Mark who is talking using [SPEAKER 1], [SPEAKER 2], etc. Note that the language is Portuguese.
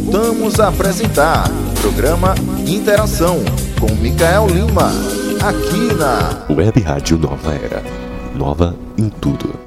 [SPEAKER 1] Voltamos a apresentar o programa Interação com Micael Lima, aqui na
[SPEAKER 2] Web Rádio Nova Era. Nova em tudo.